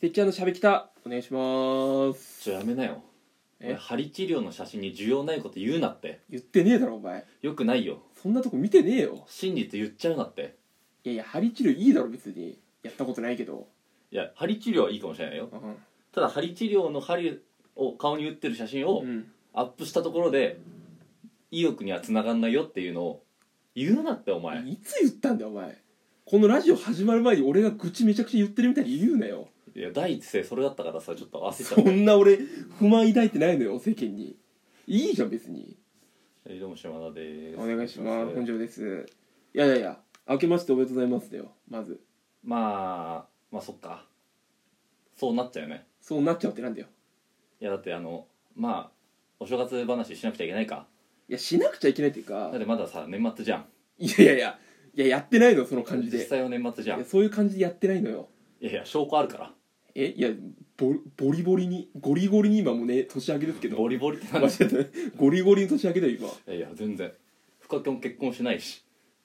せっちゃんのしゃべきたお願いしますちょやめなよえ針治療の写真に需要ないこと言うなって言ってねえだろお前よくないよそんなとこ見てねえよ真実言っちゃうなっていやいや針治療いいだろ別にやったことないけどいや針治療はいいかもしれないようんただ針治療の針を顔に打ってる写真をうんアップしたところで意欲にはつながんないよっていうのを言うなってお前いつ言ったんだよお前このラジオ始まる前に俺が愚痴めちゃくちゃ言ってるみたいに言うなよいや第一声それだったからさちょっと焦っちゃそんな俺不満抱いてないのよ世間にいいじゃん別にうどうも島田ですお願いします本ま庄ですいやいやいや明けましておめでとうございますだよまずあまあそっかそうなっちゃうよねそうなっちゃうってなんだよいやだってあのまあお正月話しなくちゃいけないかいやしなくちゃいけないっていうかだってまださ年末じゃんいやいやいやいややってないのその感じで実際は年末じゃんいいやそういう感じでやってないのよやいや証拠あるからえいやボボリボリにゴリゴリに今もうね年明けですけど ボリボリって間違話いえたゴリゴリに年明けだよ今やいや全然深きょん結婚しないし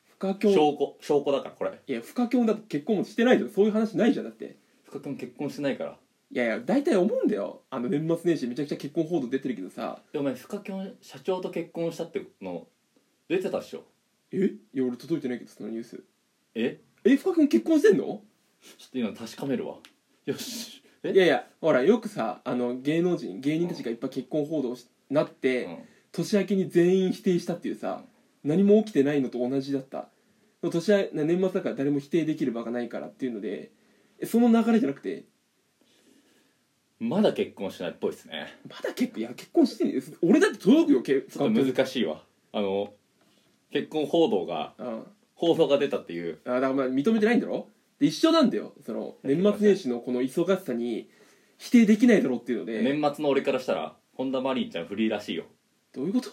不可教証拠証拠だからこれいや不可教だと結婚もしてないじゃんそういう話ないじゃんだって深きょん結婚してないからいやいや大体思うんだよあの年末年始めちゃくちゃ結婚報道出てるけどさでお前深きょん社長と結婚したっての出てたっしょえいや俺届いてないけどそのニュースええ深君結婚してんのちょっと今確かめるわよしえいやいやほらよくさあの芸能人芸人たちがいっぱい結婚報道しなって、うん年明けに全員否定したっていうさ何も起きてないのと同じだった年明年末だから誰も否定できる場がないからっていうのでえその流れじゃなくてまだ結婚しないっぽいですねまだ結婚いや結婚してねえ俺だって届くよけちょっと難しいわあの結婚報道がうん放送が出たっていうあだからまあ認めてないんだろで一緒なんだよその年末年始のこの忙しさに否定できないだろうっていうので、年末の俺からしたら本田真凜ちゃんフリーらしいよどういうこと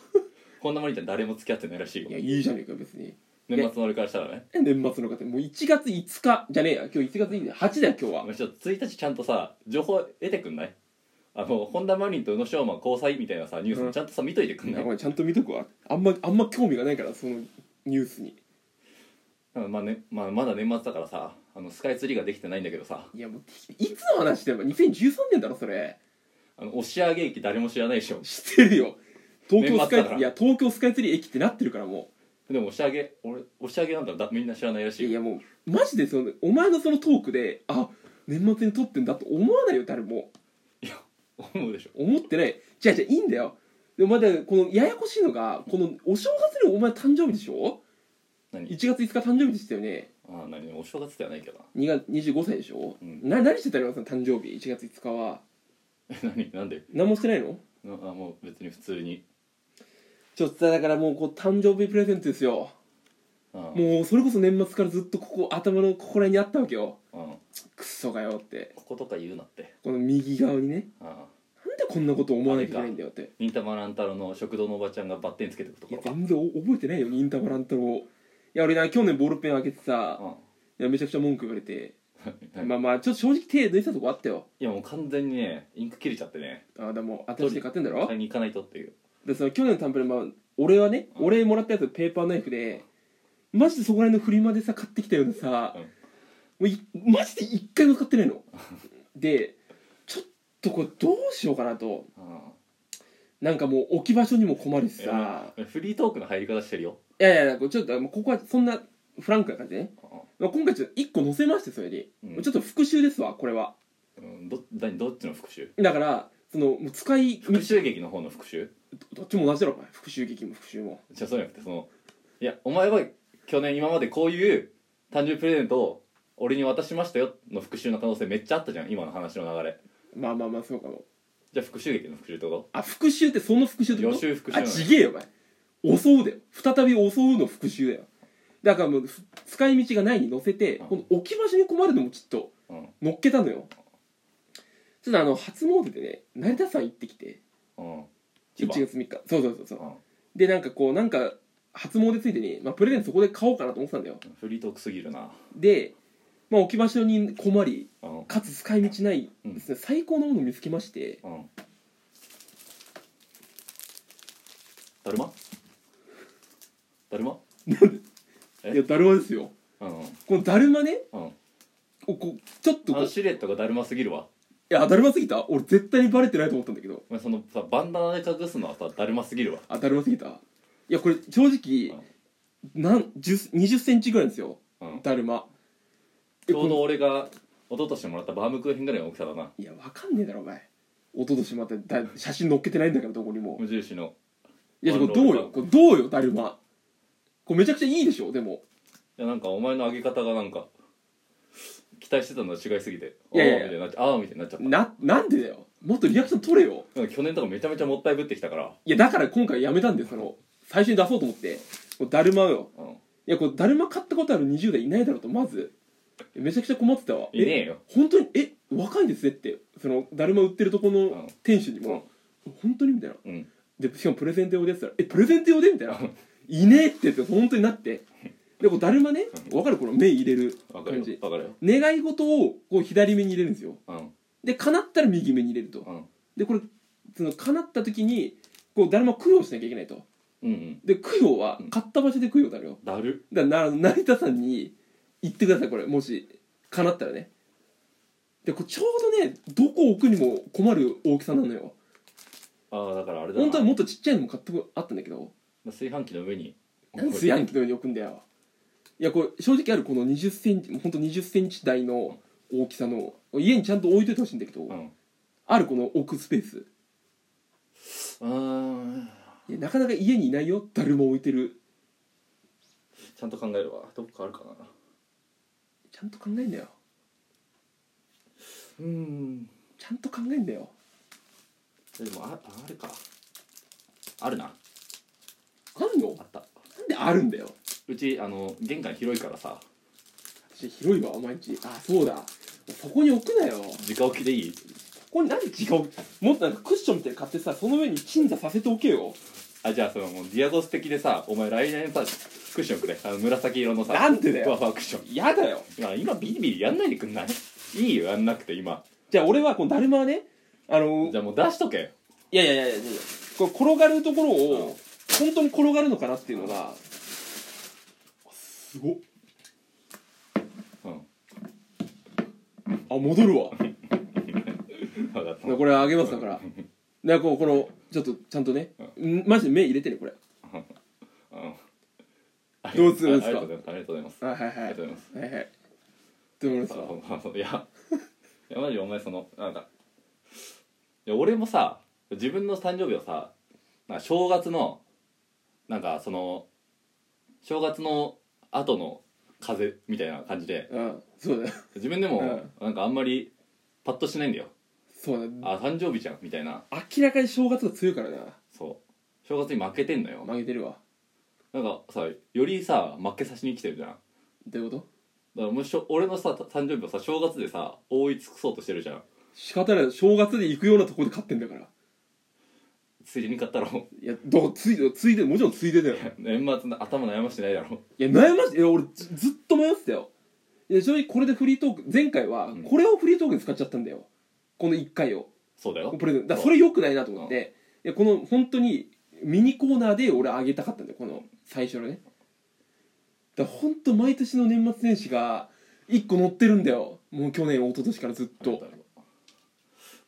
本田真凜ちゃん誰も付き合ってないらしいよいやいいじゃねえか別に年末の俺からしたらねえ年末の方もう1月5日じゃねえや今日1月8日だよ今日おは前ちょっと1日ちゃんとさ情報得てくんないあの本田真凜と宇野昌磨交際みたいなさニュースうんもちゃんとさ見といてくんいなやい、ごめんちゃんと見とくわあんまあんま興味がないからそのニュースにうんまあねまあ、まだ年末だからさあのスカイツリーができてないんだけどさいやもういつの話だよ2013年だろそれあの押上駅誰も知らないでしょ知ってるよ東京スカ年末だかイらいや東京スカイツリー駅ってなってるからもでも押上俺押上なんかだみんな知らないらういしやいいよやもうマジでそのお前のそのトークであ年末に撮ってんだと思わないよ誰も思うでしょ思ってないじゃあじゃあいいんだよでもまだこのややこしいのがこのお正月にお前誕生日でしょ1何月5日誕生日でしたよねああ何お正月ではないけどな2月25歳でしょ、うんな何してたのその誕生日1月5日はえ何なん で何もしてないのなあもう別に普通にちょっとさだからもうこう誕生日プレゼントですよああもうそれこそ年末からずっとここ頭のここら辺にあったわけようんクソがよってこことか言うなってこの右側にねああなんでこんなこと思わなきゃいけないんだよって忍たま乱太郎の食堂のおばちゃんがバッテンつけてくといやころか全然お覚えてないよ忍たま乱太郎いや俺な去年ボールペン開けてさうんいやめちゃくちゃ文句言われて何まあまあちょっと正直手抜いてたとこあったよいやもう完全にねインク切れちゃってねあでも新しい買ってんだろ買いに行かないとっていうでその去年のタンプレ、まあ、俺はね俺もらったやつペーパーナイフでマジでそこら辺のフリマでさ買ってきたようなさ、うんもういマジで一回も使ってないのでちょっとこれどうしようかなとうんなんかもう置き場所にも困るしいやさもうフリートークの入り方してるよいやいやいやこれちょっともうここはそんなフランクな感じね、まあ、今回ちょっと1個載せましてそれに、うんもうちょっと復習ですわこれはうんど何どっちの復習だからそのもう使い復讐劇の方の復習どっちも同じだろお前復習劇も復習もじゃあそうじゃなくてそのいやお前は去年今までこういう誕生日プレゼントを俺に渡しましたよの復習の可能性めっちゃあったじゃん今の話の流れまあまあまあそうかもじゃあ復讐劇の復習ってこあ復讐ってその復讐ってこと予習復習あなのちげえよお前襲うだよ再び襲うの復讐だよだからもうふ使い道がないに乗せてうんこの置き場所に困るのもちょっととうん乗っけたのよちょっとあの初詣でね成田山行ってきてうん1千葉月3日そうそうそうそううんでなんかこうなんか初詣ついでに、まあ、プレゼントそこで買おうかなと思ってたんだよフリートークすぎるなで、まあ、置き場所に困りうんかつ使い道ないですね、最高のものを見つけましてうんだるまだるまなんでえいやだるまですようんこのだるまねうんおこうちょっとあこうのいシルエットがだるますぎるわやだるますぎた俺絶対にバレてないと思ったんだけどお前そのさバンダナで隠すのはさだるますぎるわあだるますぎたいやこれ正直なん10 20センチぐらいなんですようんだるまえちょうこど俺が一昨年もらったバームクーヘンぐらいの大きさだなれいやわかんねえだろお前一昨年までだ写真載っけてないんだからどこにも無印のいやこれどうよこれどうよだるまこれめちゃくちゃいいでしょでもいやなんかお前の上げ方がなんか期待してたのと違いすぎていやいやいやあーみたいになっちゃああみたいになっちゃったななんでだよもっとリアクション取れよなんか去年とかめちゃめちゃもったいぶってきたからいやだから今回やめたんでその最初に出そうと思ってこうだるまをようんいやこれだるま買ったことある20代いないだろうとまずめちゃくちゃ困ってたわいねえよえ本当にえ若いですねってそのだるま売ってるとこうんの店主にも、本当にみたいなうんでしかもプレゼント用でやってたら「えプレゼント用で?」みたいな「いねえ」って言って本当になってでこうだるまね分かるこの目入れるわかる感よじわかるよ願い事をこう左目に入れるんですようんで叶ったら右目に入れるとうんでこれその叶った時にこうだるまを供養しなきゃいけないとうんうんで供養はうん買った場所で供養だろだるだからな成田さんに言ってくださいこれもし叶ったらねでこれちょうどねどこ置くにも困る大きさなのよああだからあれだな本当はもっとちっちゃいのも買ってあったんだけど炊飯器の上になんで炊飯器のように置くんだよいやこれ正直あるこの2 0センチほんと2 0センチ台の大きさの家にちゃんと置いといてほしいんだけど、うんあるこの置くスペースうーんいやなかなか家にいないよ誰も置いてるちゃんと考えるわどこかあるかなちゃんと考えんだようーんちゃんと考えんだよでもああるかあるなあんのあったなんであるんだようちあの玄関広いからさ私広いわお前んちあそうだそこに置くなよ直置きでいいここに何違うもっとなんかクッションみたいなの買ってさその上に鎮座させておけよあじゃあそのもうディアゴス的でさお前来年さクッションくれあの紫色のさ なんでだよふわふわクッションやだよまあ今ビリビリやんないでくんないいいよやんなくて今じゃあ俺はこのだるまはねあのじゃあもう出しとけいやいやいやいやいやこれ転がるところを本当に転がるのかなっていうのがすごっうんあ戻るわ分かった これあげますだからでこうこのちょっとちゃんとねんマジで目入れてねこれうんどうするんですかあありがとうございますはいはいはありいがとうございますはいはいどう思いますあかりがとうございますいやいやマジでお前そのなんかいや俺もさ自分の誕生日をさなんか正月のなんかその正月の後の風みたいな感じでうんそうだよ自分でもなんかあんまりパッとしないんだよそうだよあ誕生日じゃんみたいな明らかに正月が強いからなそう正月に負けてんのよ負けてるわなんかさよりさ負けさしに来てるじゃんだかどういうことらもうしょ俺のさた誕生日をさ正月でさ覆い尽くそうとしてるじゃん仕方ない正月で行くようなところで勝ってんだからついでに買ったろいやどうついでついでもちろんついでだよ 年末の頭悩ましてないだろいや悩ましいや俺ずずっと迷ってたよいや正直これでフリートーク前回はうんこれをフリートークに使っちゃったんだよこの1回をそうだよプレゼントだからそれ良くないなと思っていやこの本当にミニコーナーで俺あげたかったんだよこの最初のねだから本当毎年の年末年始が1個乗ってるんだよもう去年一昨年からずっと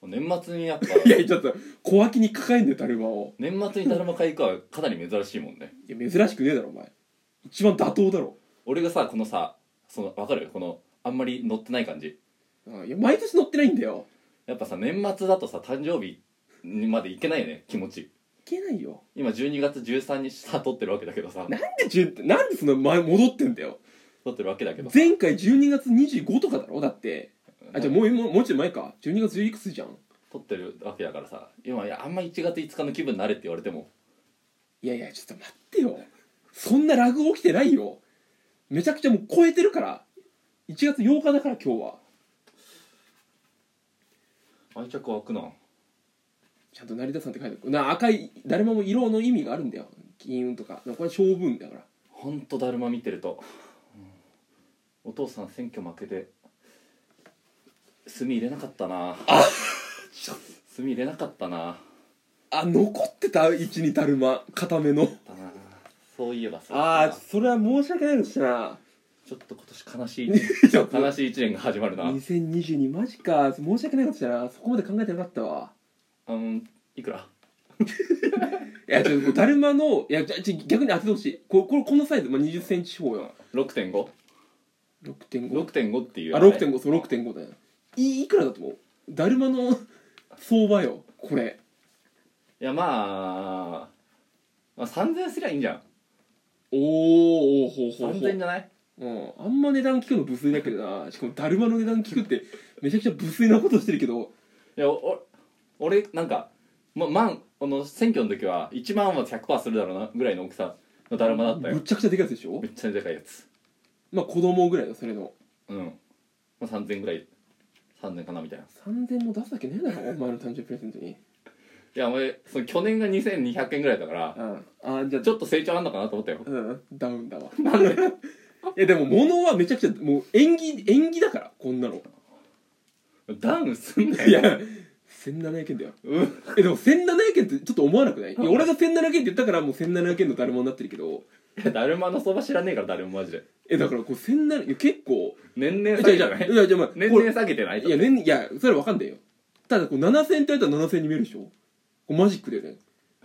もう年末にやっぱいやちょっと小脇に抱えんだよだるまを年末にだるま買い行くはかなり珍しいもんねいや珍しくねえだろお前一番妥当だろ俺がさこのさその分かるこのあんまり乗ってない感じうんいや毎年乗ってないんだよやっぱさ年末だとさ誕生日にまでいけないよね気持ちいけないよ今12月13日さ撮ってるわけだけどさなんで10なんでそんな前戻ってんだよ撮ってるわけだけど前回12月25とかだろだってあじゃあもうもうもうちょい前か12月11日じゃん撮ってるわけだからさ今いやあんま1月5日の気分になれって言われてもいやいやちょっと待ってよそんなラグ起きてないよめちゃくちゃもう超えてるから1月8日だから今日は愛着湧くなちゃんと成田さんって書いてあるな赤い誰もも色の意味があるんだよ金運とかこれ勝負運だからほんとだるま見てると、うんお父さん選挙負けて炭入れなかったなあ炭入れなかったなあ残ってた位置にだるま固めのだなそういえばそうああそれは申し訳ないですなちょっと今年悲しいいや悲しい一年が始まるな2022マジか申し訳ないことしたなそこまで考えてなかったわうんいくらいやちょっとだるまのいやじゃちょ逆に当ててほしいここれこのサイズ、まあ、2 0ンチ四方よ6.56.5 6.5っていうあ六6.5そう6.5だよいいくらだと思うだるまの相場よこれいやまあ、まあ、3000円すりゃいいんじゃんおーおーほうほうほ3000円じゃないうん、あんま値段聞くの無粋だけどなしかもだるまの値段聞くってめちゃくちゃ無粋なことしてるけどいやおお俺なんか、ま、万この選挙の時は1万は100%するだろうなぐらいの大きさのだるまだったむよちゃくちゃでかいやつでしょめっちゃでかいやつまあ子供ぐらいよそれのうん、まあ、3000円ぐらい3000かなみたいない3000も出すわけねえだろお前の誕生日プレゼントにやお前その去年が2200円ぐらいだからうんあじゃあちょっと成長あんのかなと思ったようんダウンだわなんでいやでも物はめちゃくちゃもう縁起縁起だからこんなのダウンすんないよや1700円だようんえでも1700円ってちょっと思わなくないいや俺が1700円って言ったからもう1700円のだるまになってるけどいやだるまの相場知らねえからだるまマジでえだからこう1700いや結構年々えじゃ下じげじゃゃないいやじゃまあこれ年々下げてないいや年いやそれは分かんないよただこう7000って言ったら7000に見えるでしょこうマジックだよね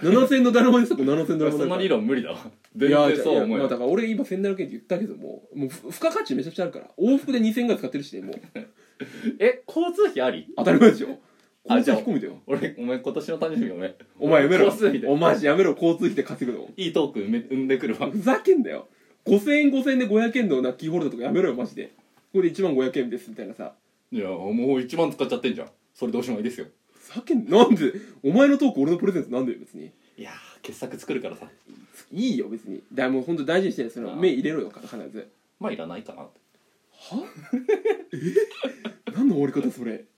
7000のだるまですよこう7000のだるまその理論論無理だわい全や然そう思ういやまあよだから俺今1700円って言ったけどももうふ付加価値めちゃくちゃあるから往復で2000円ぐらい使ってるしね もうえ交通費あり当たり前でしょあ交通じゃあ費込みだよ俺お前今年の誕生日お前お前やめろ交通費でお前やめろ交通費で稼ぐのいいトークめ生んでくるわ ふざけんなよ5000円5000円で500円のなキーホルダーとかやめろよマジでこれで1万500円ですみたいなさいやもう1万使っちゃってんじゃんそれでおしまいですよふざけんなんでお前のトーク俺のプレゼントなんだよ別にいやー傑作作るからさいいよ別にだからもう本当大事にしてそのああ目入れろよ必ずまあいらないかなってはえ何の終わり方それ